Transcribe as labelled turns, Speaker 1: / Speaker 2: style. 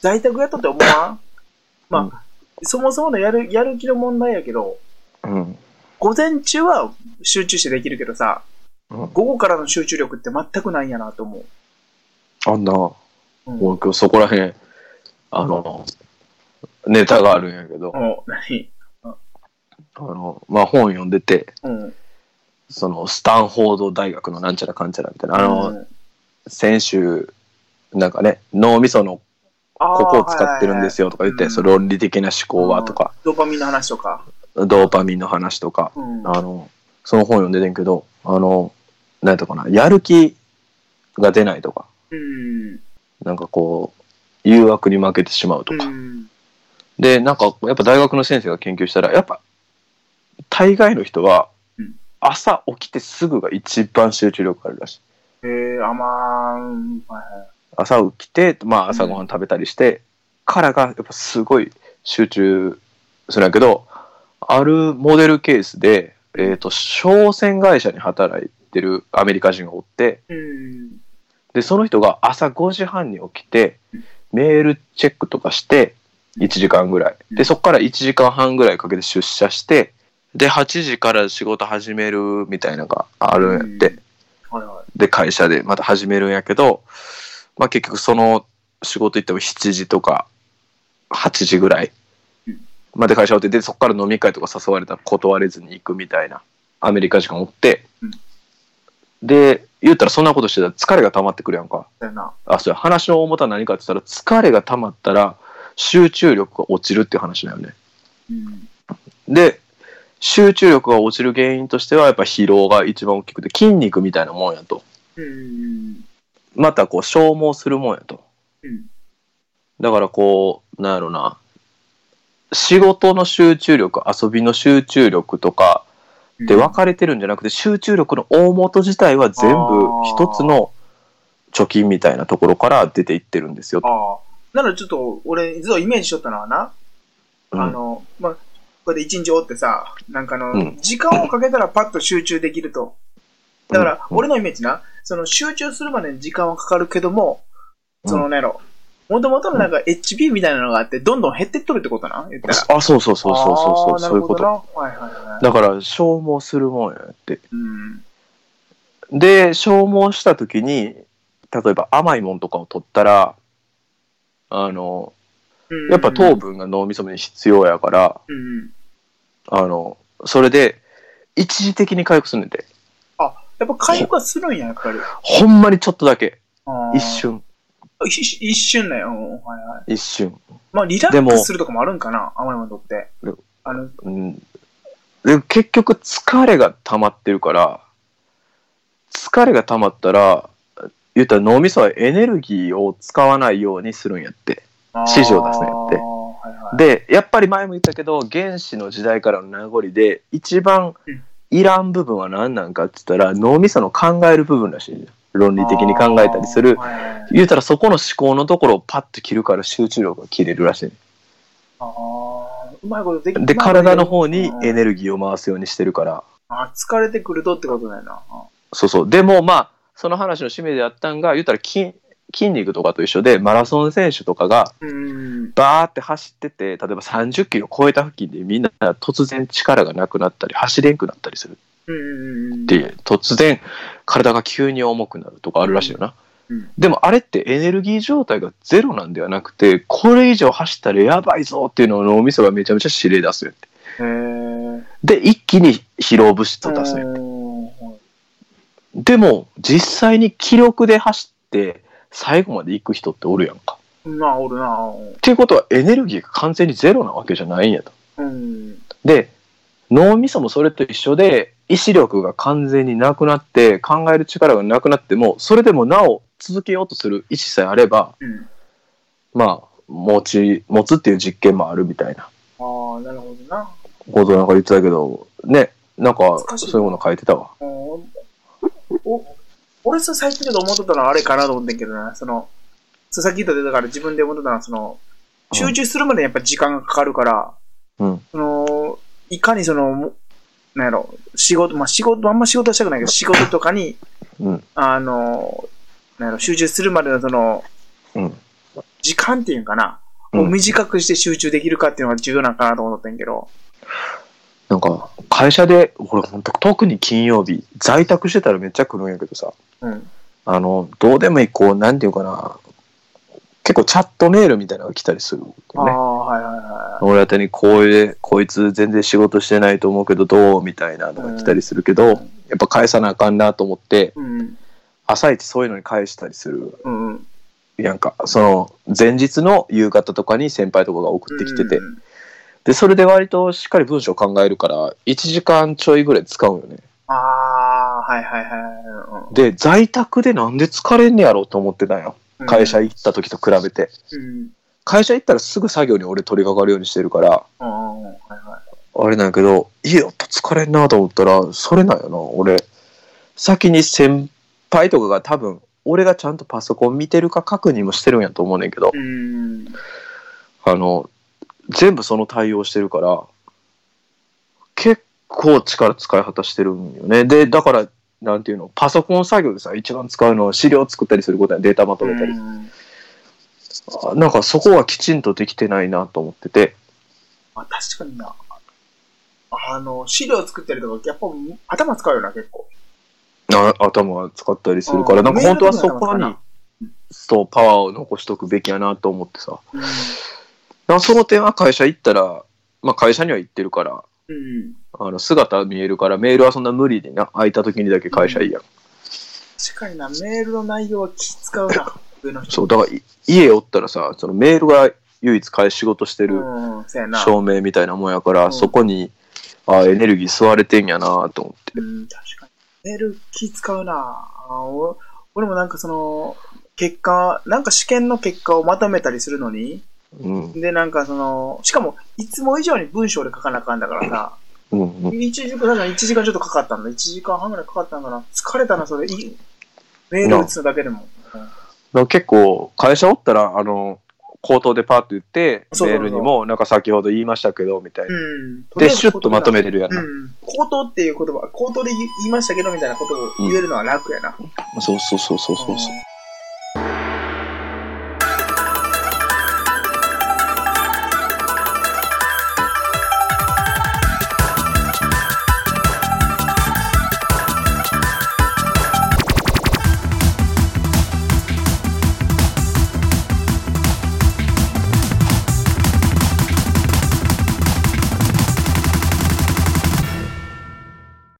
Speaker 1: 在宅やったって思わんまあ、そもそものやる、やる気の問題やけど、
Speaker 2: うん。
Speaker 1: 午前中は集中してできるけどさ、
Speaker 2: うん
Speaker 1: 午後からの集中力って全くないんやなと思う。
Speaker 2: あんな、も
Speaker 1: うん。
Speaker 2: う今日そこらへん、あの、ネタがあるんやけど、
Speaker 1: もう何
Speaker 2: あの、まあ本読んでて、
Speaker 1: うん。
Speaker 2: その、スタンフォード大学のなんちゃらかんちゃらみたいな、あの、
Speaker 1: うん、
Speaker 2: 先週、なんかね、脳みその
Speaker 1: あー
Speaker 2: ここを使ってるんですよとか言って、
Speaker 1: はいはいはい
Speaker 2: その論理的な思考はとか、
Speaker 1: ドーパミンの話とか。
Speaker 2: ドーパミンの話とか、
Speaker 1: うん。
Speaker 2: あの、その本読んでてんけど、あの、なんとかな、やる気が出ないとか、
Speaker 1: うん。
Speaker 2: なんかこう、誘惑に負けてしまうと
Speaker 1: う
Speaker 2: か。
Speaker 1: ん。
Speaker 2: で、なんか、やっぱ大学の先生が研究したら、やっぱ、大概の人は
Speaker 1: うん、
Speaker 2: 朝起きてすぐが一番集中力あるらしい。
Speaker 1: えー、あまーん。はいはい
Speaker 2: 朝起きて、まあ、朝ごはん食べたりして、からがやっぱすごい集中するんやけどあるモデルケースで、えー、と商船会社に働いてるアメリカ人がおって
Speaker 1: うん。
Speaker 2: でその人が朝5時半に起きて
Speaker 1: うん
Speaker 2: メールチェックとかして1時間ぐらい
Speaker 1: うん
Speaker 2: でそこから1時間半ぐらいかけて出社してで8時から仕事始めるみたいなのがあるんやって、
Speaker 1: はいはい。
Speaker 2: で会社でまた始めるんやけど、まあ、結局その仕事行っても7時とか8時ぐらい
Speaker 1: うん
Speaker 2: まで会社をってでそこから飲み会とか誘われたら断れずに行くみたいなアメリカ人がおって、で言ったらそんなことしてたら疲れが溜まってくるやんか
Speaker 1: だよな。
Speaker 2: あそうや話の大元は何かって言ったら疲れが溜まったら集中力が落ちるっていう話だよね
Speaker 1: うん。
Speaker 2: で集中力が落ちる原因としてはやっぱ疲労が一番大きくて筋肉みたいなもんやと
Speaker 1: うん。
Speaker 2: またこう消耗するもんやと。
Speaker 1: うん
Speaker 2: だからこう、なんやろな、仕事の集中力、遊びの集中力とかで分かれてるんじゃなくて、集中力の大元自体は全部一つの貯金みたいなところから出ていってるんですよ。
Speaker 1: ああ。なのでちょっと、俺、実はイメージしとったのはな、
Speaker 2: うん
Speaker 1: あの、まあ、これで一日おってさ、なんかあの、
Speaker 2: うん
Speaker 1: 時間をかけたらパッと集中できると。だから、
Speaker 2: うん
Speaker 1: 俺のイメージな、その集中するまでに時間はかかるけども、その、なんやろ、もともとのなんか HP みたいなのがあって、どんどん減ってっとるってことな言ったら。
Speaker 2: あ、そうそうそうそうそうそ
Speaker 1: あ
Speaker 2: う、
Speaker 1: ー
Speaker 2: そういうこ。
Speaker 1: なるほ
Speaker 2: と。
Speaker 1: どなはいはいはい。
Speaker 2: だから消耗するもんやって。
Speaker 1: うん。
Speaker 2: で、消耗した時に、例えば甘いもんとかを取ったら、あの、
Speaker 1: うん
Speaker 2: やっぱ糖。分が脳みそに必要やから、
Speaker 1: うん。
Speaker 2: あの、それで、一時的に回復するねんで。
Speaker 1: やっぱ回復はするんや、やっぱり。
Speaker 2: ほんまにちょっとだけ。
Speaker 1: あー
Speaker 2: 一。瞬、
Speaker 1: 一瞬一瞬だよ。うんはいはい。
Speaker 2: 一瞬。
Speaker 1: まあ、リラッ
Speaker 2: で
Speaker 1: ク
Speaker 2: も
Speaker 1: スするとかもあるんかな甘いもの取って
Speaker 2: で。
Speaker 1: あの、
Speaker 2: うん。で、結局疲れが溜まってるから、疲れが溜まったら、言ったら脳みそはエネルギーを使わないようにするんやって。指示を出すねって
Speaker 1: あーはいはい
Speaker 2: で、やっぱり前も言ったけど、原始の時代からの名残で、一番
Speaker 1: うん
Speaker 2: いらん部分は何なんかって言ったら、脳みその考える部分らしいじゃん。論理的に考えたりする。
Speaker 1: あーはいはい
Speaker 2: 言うたらそこの思考のところをパッと切るから集中力が切れるらしい。
Speaker 1: あーうまいことでき
Speaker 2: で、体の方にエ
Speaker 1: ルギ
Speaker 2: ネルギーを回すようにしてるから。
Speaker 1: あー疲れてくるとってことだよな。あ
Speaker 2: そうそう。でもまあ、その話の使命であったんが、言うたら筋筋肉とかと一緒で、マラソン選手とかが
Speaker 1: ーうん。
Speaker 2: バーって走ってて、例えば30キロ超えた付近でみんな突然力がなくなったり、走れんくなったりする
Speaker 1: うん。
Speaker 2: っていう、突然体が急に重くなるとかあるらしいよな。
Speaker 1: うんうん
Speaker 2: でもあれってエネルギー状態がゼロなんではなくて、これ以上走ったらやばいぞっていうのを脳みそがめちゃめちゃ指令出すよ。
Speaker 1: へー
Speaker 2: で、一気に疲労物質を出すね。
Speaker 1: うん
Speaker 2: でも、実際に気力で走って、最後まで行く人っておるやんか。
Speaker 1: まあ、おるな。
Speaker 2: っていうことは、エネルギーが完全にゼロなわけじゃないんやと。
Speaker 1: うん。
Speaker 2: で、脳みそもそれと一緒で、意志力が完全になくなって、考える力がなくなっても、それでもなお続けようとする意志さえあれば、
Speaker 1: うん。
Speaker 2: まあ、持ち、持つっていう実験もあるみたいな
Speaker 1: ああ、なるほどな。
Speaker 2: ことなんか言ってたけど、ね、なん
Speaker 1: 難
Speaker 2: か、
Speaker 1: しい
Speaker 2: そういうもの書いてたわ。
Speaker 1: おお俺さ、最近ちょっと思っとったのはあれかなと思ってんけどな、その、そうさっき言った出たから自分で思っとったのは、その、集中するまでやっぱ時間がかかるから、
Speaker 2: うん
Speaker 1: その、いかにその、もなんやろ、仕事、まあ、仕事、あんま仕事はしたくないけど、仕事とかに、
Speaker 2: うん
Speaker 1: あの、なんやろ、集中するまでのその、
Speaker 2: うん
Speaker 1: 時間っていうんかな、
Speaker 2: うん
Speaker 1: もう短くして集中できるかっていうのが重要なんかなと思ったんやけど、
Speaker 2: なんか、会社で、俺ほんと、特に金曜日、在宅してたらめっちゃ来るんやけどさ、
Speaker 1: うん。
Speaker 2: あの、どうでもいい、こう、なんていうかな、結構チャットメールみたいなのが来たりする、ね。
Speaker 1: ああ、はいはいは
Speaker 2: 俺宛てにこういう、こいつ全然仕事してないと思うけど、どうみたいなのが来たりするけど、
Speaker 1: うん
Speaker 2: やっぱ返さなあかんなと思って、
Speaker 1: い。うん。
Speaker 2: 朝一そういうのに返したりする。
Speaker 1: うんうん。
Speaker 2: やんか、その、前日の夕方とかに先輩とかが送ってきてて、
Speaker 1: うん
Speaker 2: で、それで割としっかり文章考えるから、1時間ちょいぐらい使うよね。
Speaker 1: ああ、はいはいは
Speaker 2: で、在宅でなんで疲れんねやろうと思ってたんよ。
Speaker 1: い。うん
Speaker 2: 会社行った時と比べて。
Speaker 1: うん。
Speaker 2: 会社行ったらすぐ作業に俺取り掛かるようにしてるから、
Speaker 1: うん。はいは
Speaker 2: あれなんやけど、家やっぱ疲れんなと思ったら、それなんよな、俺。先に先輩とかが多分、俺がちゃんとパソコン見てるか確認もしてるんやと思うねんけど
Speaker 1: い。、うん。
Speaker 2: あの、全部その対応してるから、結構力使い果たしてるんよね。で、だから、なんていうの、パソコン作業でさ、一番使うのは資料作ったりすることやデータまとめたり。
Speaker 1: うん
Speaker 2: あなんかそこはきちんとできてないなと思ってて、
Speaker 1: まあ確かにな。あの、資料作ってるとか、やっぱ頭使うよな、結構。
Speaker 2: な頭使ったりするか
Speaker 1: う
Speaker 2: ら、
Speaker 1: ん
Speaker 2: なんか本当はそこ
Speaker 1: メール
Speaker 2: に
Speaker 1: と、
Speaker 2: そう、パワーを残しとくべきやなと思ってさ。
Speaker 1: うん。
Speaker 2: なんかその点は会社行ったら、まあ会社には行ってるから、
Speaker 1: うん。
Speaker 2: あの姿見えるから、メールはそんな無理にな、空いた時にだけ会社いいやん。
Speaker 1: 確かにな、メールの内容は気使うな、上の人。
Speaker 2: そう、だからい家おったらさ、そのメールが唯一会仕事してる
Speaker 1: うん、そうやな。
Speaker 2: 証明みたいなもんやか
Speaker 1: う
Speaker 2: ら、
Speaker 1: ん
Speaker 2: そこに、あエネルギー吸われてんやなと思って。
Speaker 1: うん、確かに。メール気使うなあお俺もなんかその、結果、なんか試験の結果をまとめたりするのに、
Speaker 2: うん、
Speaker 1: で、なんかその、しかも、いつも以上に文章で書かなあかんだからさ、
Speaker 2: うん、うん。
Speaker 1: 1時間、なんか1時間ちょっとかかったんだ。1時間半ぐらいかかったんかな。疲れたな、それ。いいメール打つのだけでも。うん
Speaker 2: なんか結構、会社おったら、あの、口頭でパーって言って、
Speaker 1: そうそうそう
Speaker 2: メールにも、なんか先ほど言いましたけど、みたいな。
Speaker 1: うん。
Speaker 2: で、シュッとまとめ
Speaker 1: て。
Speaker 2: れるやん
Speaker 1: う
Speaker 2: な。
Speaker 1: ん。口頭っていう言葉、口頭で言いましたけどみたいなことを言えるのは楽やな。
Speaker 2: そうそうそうそうそうそう。
Speaker 1: ん